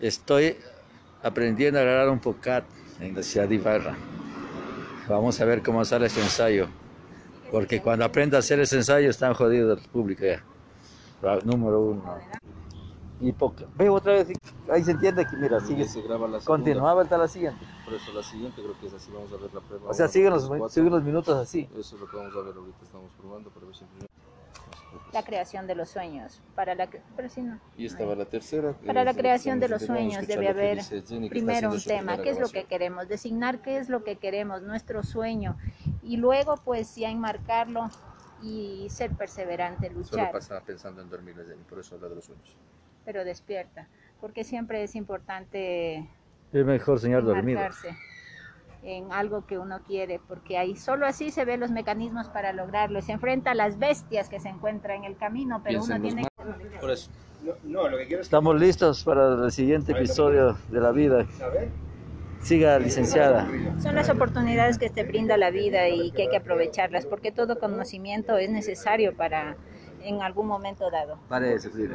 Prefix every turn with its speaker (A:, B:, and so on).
A: Estoy aprendiendo a grabar un podcast en la ciudad de Ibarra. Vamos a ver cómo sale este ensayo. Porque cuando aprenda a hacer ese ensayo están jodidos el público ya. Ra- Número uno. Y poca. Veo otra vez. Ahí se entiende que, mira, sigue.
B: Sigue, se graba la segunda.
A: Continuaba hasta la siguiente.
B: Por eso la siguiente creo que es así, vamos a ver la prueba.
A: O sea,
B: Uno,
A: siguen
B: dos,
A: los,
B: cuatro.
A: siguen los minutos así.
B: Eso es lo que vamos a ver ahorita, estamos probando para ver si primero.
C: La creación de los sueños. Para la, cre- pero si no.
B: Y esta va la tercera.
C: Para
B: eh,
C: la
B: es
C: creación de
B: tenemos
C: los
B: que
C: sueños
B: escuchar
C: debe
B: lo que
C: haber
B: dice Jenny, que está
C: Primero
B: haciendo
C: un
B: su primera
C: tema, qué es lo que
B: grabación.
C: queremos, designar qué es lo que queremos, nuestro sueño, y luego pues ya enmarcarlo y ser perseverante,
B: Solo
C: luchar,
B: pasaba pensando en dormir la Jenny, por eso habla de los sueños.
C: pero despierta, porque siempre es importante
A: Es mejor soñar dormido.
C: enmarcarse en algo que uno quiere, porque ahí solo así se ven los mecanismos para lograrlo, se enfrenta a las bestias que se encuentran en el camino, pero uno
B: Piensa en
C: tiene
B: los
C: que...
B: Por eso.
D: No, no, lo que quiero es
A: Estamos listos para el siguiente episodio de la vida.
D: saber.
A: Siga, licenciada.
C: Son las oportunidades que te brinda la vida y que hay que aprovecharlas, porque todo conocimiento es necesario para en algún momento dado.
A: Pare de sufrir.